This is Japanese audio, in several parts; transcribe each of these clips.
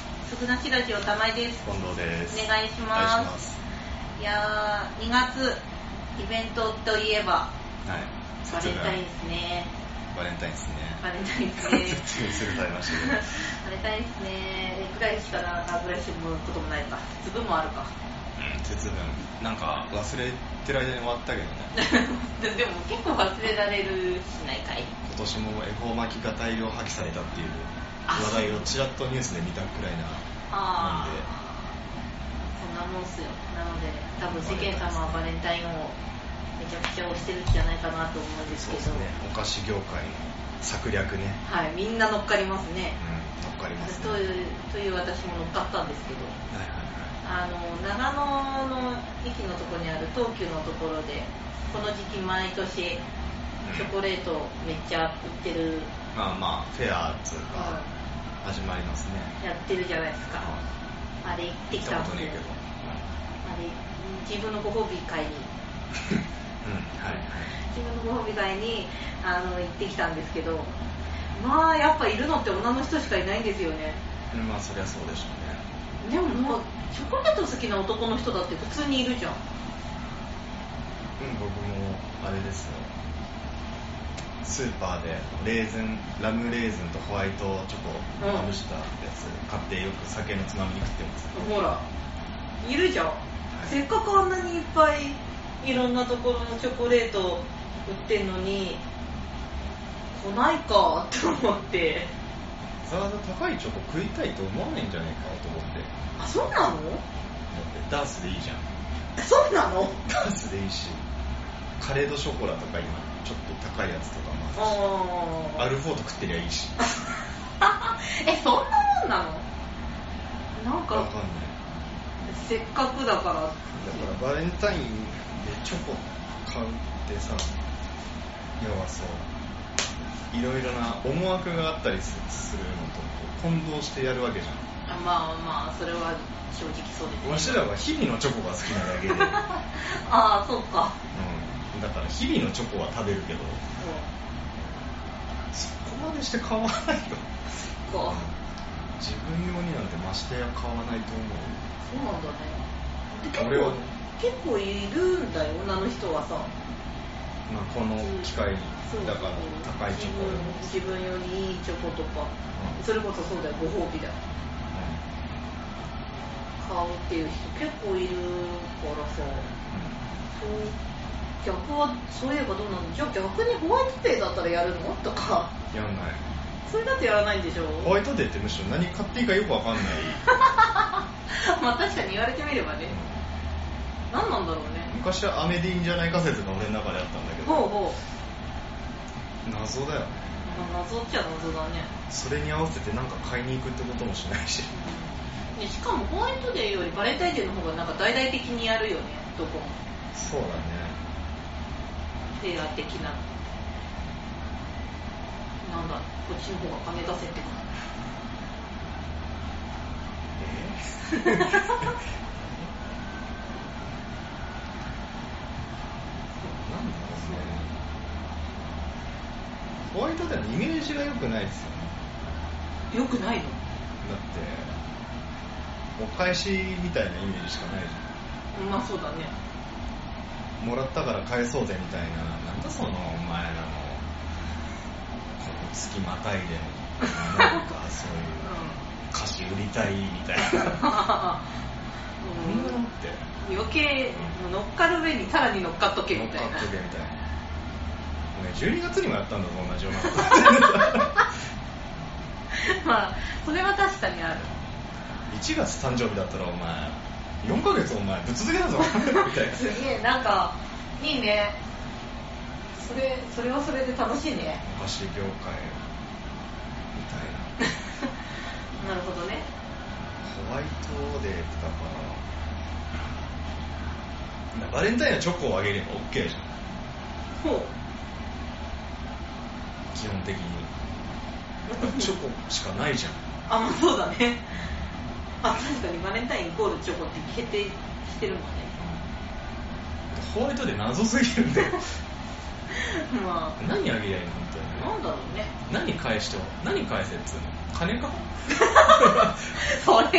しどしおたまいです。近藤ですお願いしますお願いしますいやー、2月、イベントといえば、はいバレンタインで節すね。分バレンタインですねバレンタインですね。説明するのありましたけどバレンタインですね。えぐらいしかなかぐらいしかもらうこともないか。粒もあるか。うん節分なんか忘れてる間に終わったけどね ででも結構忘れられるしないかい。今年も恵方巻きが大量破棄されたっていうあ話題をちらっとニュースで見たくらいなあなんでー、そんなもんっすよ。なので、多分世間様はバレンタインをめちゃくちゃ推してるんじゃないかなと思うんですそうけでど。すねお菓子業界の策略ねはい、みんな乗っかりますねうん。乗っかりますねとはいいうという私も乗っかったんですけどはいはいあの長野の駅のところにある東急のところでこの時期毎年チョコレートめっちゃ売ってる、まあまあフェアっつうかう始まりますねんやってるじゃないですかあれ行って行きったたことんねでえけどあれ自分のご褒美会にうん はいはい自分のご褒美会にあの行ってきたんですけどまあやっぱいるのって女の人しかいないんですよねうんまあそりゃそうでしょうねでももうチョコレート好きな男の人だって普通にいるじゃんうん僕もあれですよスーパーでレーズンラムレーズンとホワイトチョコうんまぶしたやつ買ってよく酒のつまみに食ってますほら、いるじゃん。いせっかくあんなにいっぱいいろんなところのチョコレート売ってんのに、来ないかと思って。わざわざ高いチョコ食いたいと思わないんじゃないかと思ってだってあ、そうなのダースでいいじゃんそうなのダースでいいしカレードショコラとか今ちょっと高いやつとかもあるしあアルフォート食ってりゃいいしあ。 え、そんなもんなのなんわかんか、ないせっかくだから。だからバレンタインでチョコ買うってさ要はそういろいろな思惑があったりすするのとこう混同してやるわけじゃあまあまあ、それは正直そうですんわしらは日々のチョコが好きな だけで、うん、だかああ、そうか。ら日々のチョコは食べるけどうそこまでして買わないよんそっか。自分用になんてましてや買わないと思そうなんだね。で結構俺は結構いるんだよ、女の人はさ。う、まあ、この機会にそうだから高いチョコでも、うん自分自分よりいいチョコとか、それこそそうだよ、ご褒美だよ。買うっていう人結構いるからさ。そう逆は、そういえばどうなのじゃあ逆にホワイトデーだったらやるのとか。うん、やんないそれだとやらないんでしょホワイトデーってむしろ何買っていいかよくわかんない、 まあ確かに言われてみればね。何なんだろうね。昔はアメディンじゃないか説が俺の中であったんだけほうどほう。謎だよねまあ謎っちゃ謎だね。それに合わせてなんか買いに行くってこともしないしでしかもホワイトデーよりバレンタインデーの方がなんか大々的にやるよねどこもそうだねフェア的ななんだこっちの方が金出せってかえなんだろうねホワイトデーのイメージが良くないですよねよ くないのだってお返しみたいなイメージしかないじゃんまあそうだね もらったから返そうぜみたいな、なんだそのお前らの、この月またいでの、なんかそういうう、ん菓子売りたいみた いな。そんなうのっんて、余計もう乗っかる上にさらに乗っかっとけみたいな乗っかっとけみたいな。お前12月にもやったんだぞ、同じよう なこと。 まあそれは確かにある1月誕生日だったらお前、4ヶ月お前、ぶっ続けだぞ、みたいな。 すげえなんかいいねそれそれはそれで楽しい ねお菓子業界、みたいな。なるほどねホワイトデーってだから、バレンタインのチョコをあげれば OK じゃん、ほう基本的に。なんかチョコしかないじゃん。あ、まあそうだね。あ、確かにバレンタインイコールチョコって決定してるもんね。ホワ イトデー謎すぎるんだよ。ま何あげりゃいいの本当あ、なんだろうね。 何に。返しても何返せっつうの金 かそれはさすがに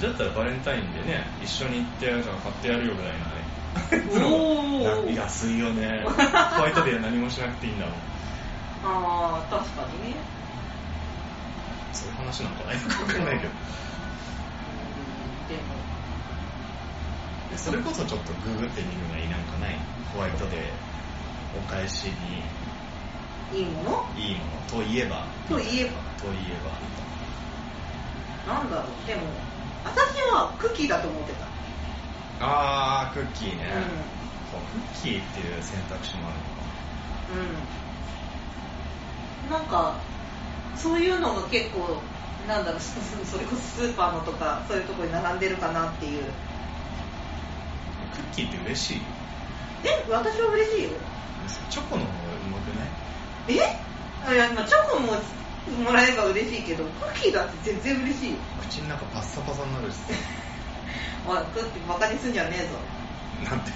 じゃあったらバレンタインでね一緒に行ってなんか買ってやるよぐらいなねおーな 安いよねホワイトデーは何もしなくていいんだもんああ確かにねそういう話なんかないのか分かんないけどうんでもえそれこそちょっとググってみるのがいいなんかないホワイトデーお返しにいいものいいものといえばといえばといえばなんだろうでも私はクッキーだと思ってたあークッキーね、うんそうクッキーっていう選択肢もあるうんなのんかそういうのが結構なんだろう それこそスーパーのとかそういうとこに並んでるかなっていうかクッキーって嬉しいえ私は嬉しいよチョコの方がうまくないえいや今チョコももらえば嬉しいけどクッキーだって全然嬉しいよ口の中パッサパサにな るしおいクッキーバカにすんじゃねえぞなんて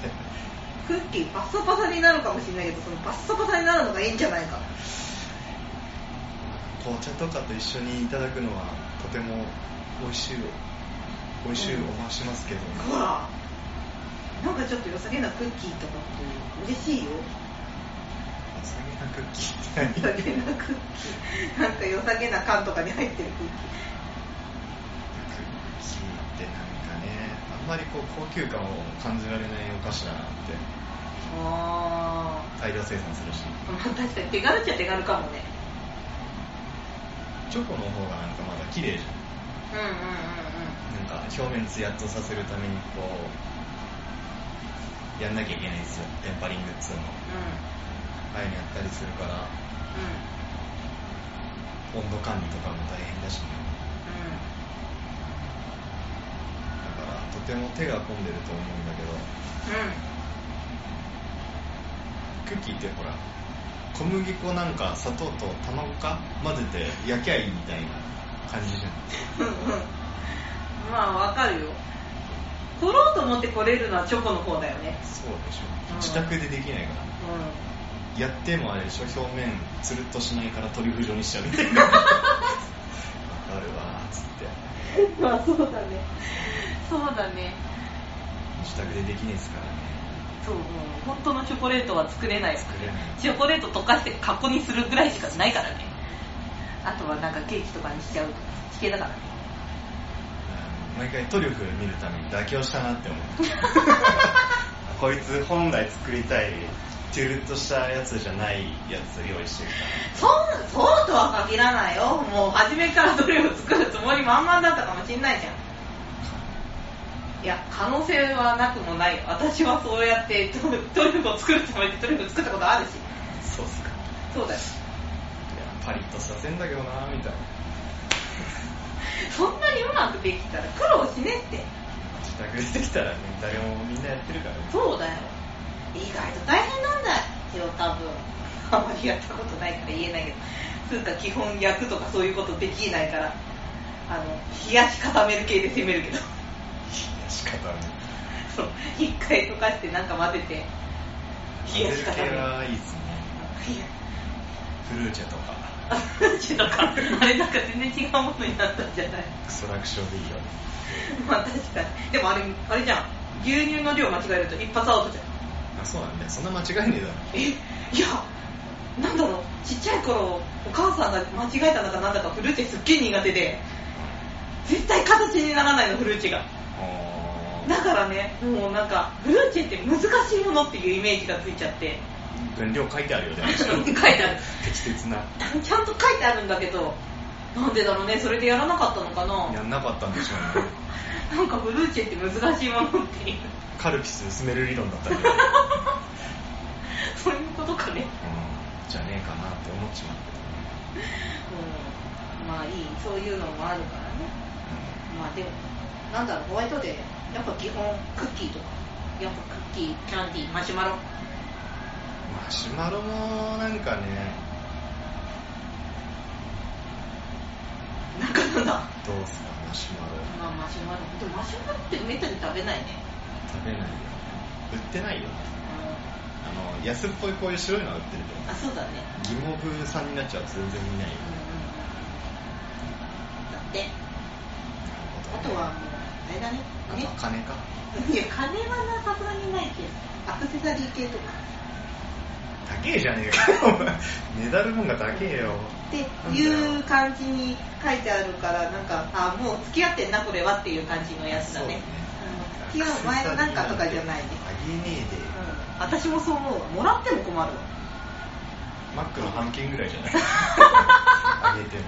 クッキーパッサパサになるかもしれないけどそのパッサパサになるのがいいんじゃないか紅茶とかと一緒にいただくのはとても美味しい美味しいおましますけど、ほらなんかちょっと良さげなクッキーとかって嬉しいよおさげなクッキ良ーさってげな何クッキーなんか良さげな缶とかに入ってるクックッキーってなんかねあんまりこう高級感を感じられないお菓子だなってキーあ大量生産するしーまあ確かに手軽っちゃ手軽かもねチョコの方がなんかまだ綺麗じうんゃうんうんうんんなんか表面ツヤっとさせるためにこうやんなきゃいけないんですよテンパリングっつうのああいうのやったりするからう温度管理とかも大変だしねんうんうんだからとても手が込んでると思うんだけどうクッキーってほら小麦粉なんか砂糖と卵か混ぜて焼きゃいいみたいな感じじゃんん。まあわかるよ。取ろうと思って来れるのはチョコの方だよね。そうでしうょん自宅でできないからうやってもあれでしょ表面つるっとしないからトリュフ状にしちゃうみた いなわかるわーっつってん。まあそうだね。そうだね。自宅でできないですからねそう、もう本当のチョコレートは作れない。作れないチョコレート溶かしてカッコにするぐらいしかないからね。あとはなんかケーキとかにしちゃうとか、地形だからね。うん毎回トリュフ見るために妥協したな って思うこいつ本来作りたいチュルッとしたやつじゃないやつ用意してるかそう、そうとは限らないよ。もう初めからどれを作るつもり満々だったかもしんないじゃん。いや、可能性はなくもないよ。私はそうやってトトリュフを作るつもりでトリュフ作ったことあるし。らそうっすかいそうだよ。やパリッとさせんだけどなーみたいなそんなにうまくできたら苦労しねって。自宅でできたらね誰もみんなやってるからねそうだよ。意外と大変なんだよ、多分。あんまりやったことないから言えないけど。つうか基本焼くとかそういうことできないから、あの、冷やし固める系で攻めるけど。 仕方ないそう、一回溶かしてなんか混ぜて、冷やし固める。はいいですねフルーチェとか ちょっとか、あれなんか全然違うものになったんじゃないクソ楽勝でいいよまあ確かに。でもあれ、あれじゃん。牛乳の量間違えると一発アウトじゃん。あそうなんだよそんな間違いねえだろえ、いや、なんだろう、ちっちゃい頃、お母さんが間違えたのかなんだかフルーチェすっげえ苦手で、絶対形にならないの、フルーチェが。だからね、もうなんか、フルーチェって難しいものっていうイメージがついちゃって、分量書いてある よね書いてある。適切なちゃんと書いてあるんだけど、なんでだろうね、それでやらなかったのかなや。んなかったんでしょうねなんかフルーチェって難しいものっていう、カルピス薄める理論だったけど、うんそういうことかね。じゃねえかなって思っちまううん、まあいい、そういうのもあるからね。まあでも、なんだろう、ホワイトデー、やっぱ基本クッキーとか、やっぱクッキー、キャンディー、マシュマロ。マシュマロもなんかねなんかなんだ。どうすかマシュマロまあマシュマロ、でもマシュマロってめったに食べないね。食べないよ売ってないようんあの安っぽいこういう白いのは売ってるあそうだねけど義母部さんになっちゃうと全然見なうんいよだってあとはもうあれだねあとは金かいや金はなさすがにないけどアクセサリー系とか高えじゃねえか お前メダルもんが高えよっていう感じに書いてあるからなんかあもう付き合ってんなこれはっていう感じのやつだねうん付き合う前のなんかとかじゃないね、あげねうえで、ん、私もそう思うわもらっても困るわマックの半券ぐらいじ ゃないあげても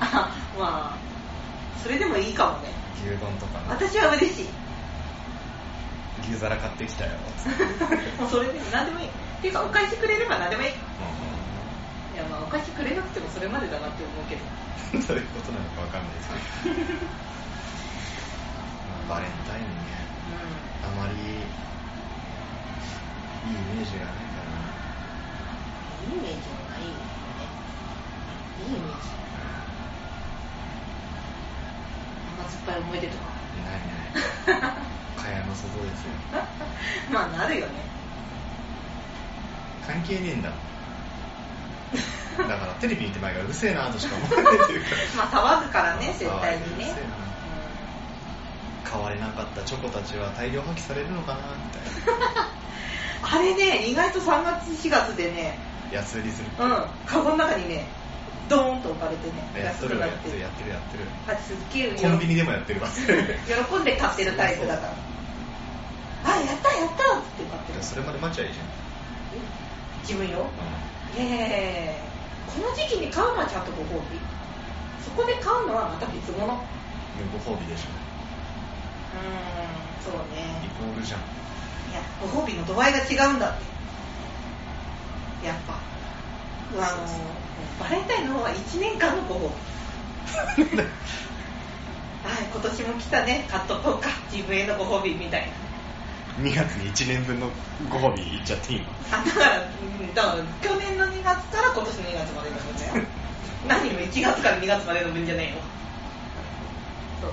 あまあそれでもいいかもね牛丼とかな私は 嬉しい牛皿買ってきたよつってもうそれでも何でもいいっていうかお返しくれれば何でもいいいやまあお返しくれなくてもそれまでだなって思うけど うんどういうことなのかわかんないですけどまあバレンタインねうあまりいいイメージがないかんいいイメージはないよねいいイメージ甘酸っぱい思い出とか らないない蚊帳の外ですよまあなるよね関係ねえんだだからテレビ見て前からうるせえなとしか思わないというかま あ騒ぐからね絶対にうるねせえな買われなかったチョコたちは大量破棄されるのかなみたいなあれね意外と3月4月でね安売りするってうんカゴの中にねドーンと置かれてねやっとるくやなっっててるやってるやってるあすっげえコンビニでもやって るわ喜んで買ってるタイプだからあやったやったっつって買ってるそれまで待っちゃいいじゃ自分よん、イエーイこの時期に買うのはちゃんとご褒美そこで買うのはまた別物うーんうん、ご褒美でしょそうイねコールじ ゃんいやご褒美の度合いが違うんだってやっぱあのバレンタインの方は1年間のご褒美はい今年も来たね買っとこうか自分へのご褒美みたいな2月に1年分のご褒美いっちゃっていいのあだからうんだから去年の2月から今年の2月までの分 だよ何も1月から2月までの分じゃねえよそうそう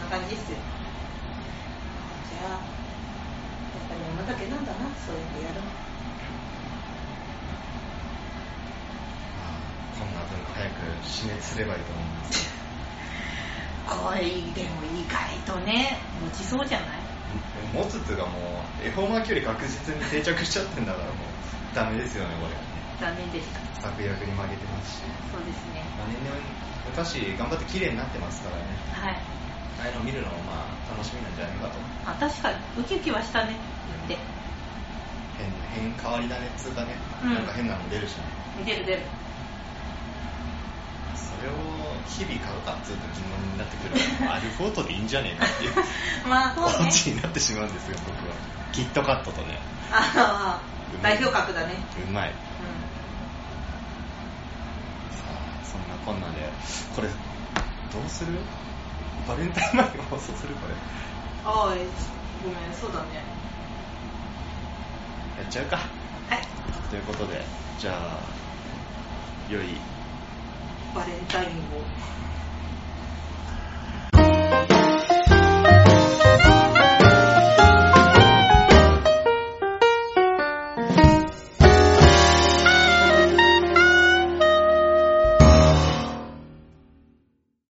そんな感じっすよじゃあやっぱり女だけなんだなそうやってやるのこんな分早く死滅すればいいと思いますおいでも意外とね持ちそうじゃない持つっていうかもう恵方巻きより確実に定着しちゃってんだからもうダメですよねこれ残念でした策略に負けてますし、そうですねまあ、年々お菓子頑張って綺麗になってますからねはいああいうの見るのもまあ楽しみなんじゃないかとあ確かにウキウキはしたねって変変変わりだねっつうかね、うんなんか変なの出るしね見てる出るそれを日々買うかっつうと疑問になってくるからアルフォートでいいんじゃねえかっていうまあそう感ねじになってしまうんですよ僕はキットカットとねああ代表格だねうまいうんさあそんなこんなでこれどうするバレンタイン前に放送するこれああ、えごめん、そうだね。やっちゃうかはい。ということでじゃあ良いバレンタインを。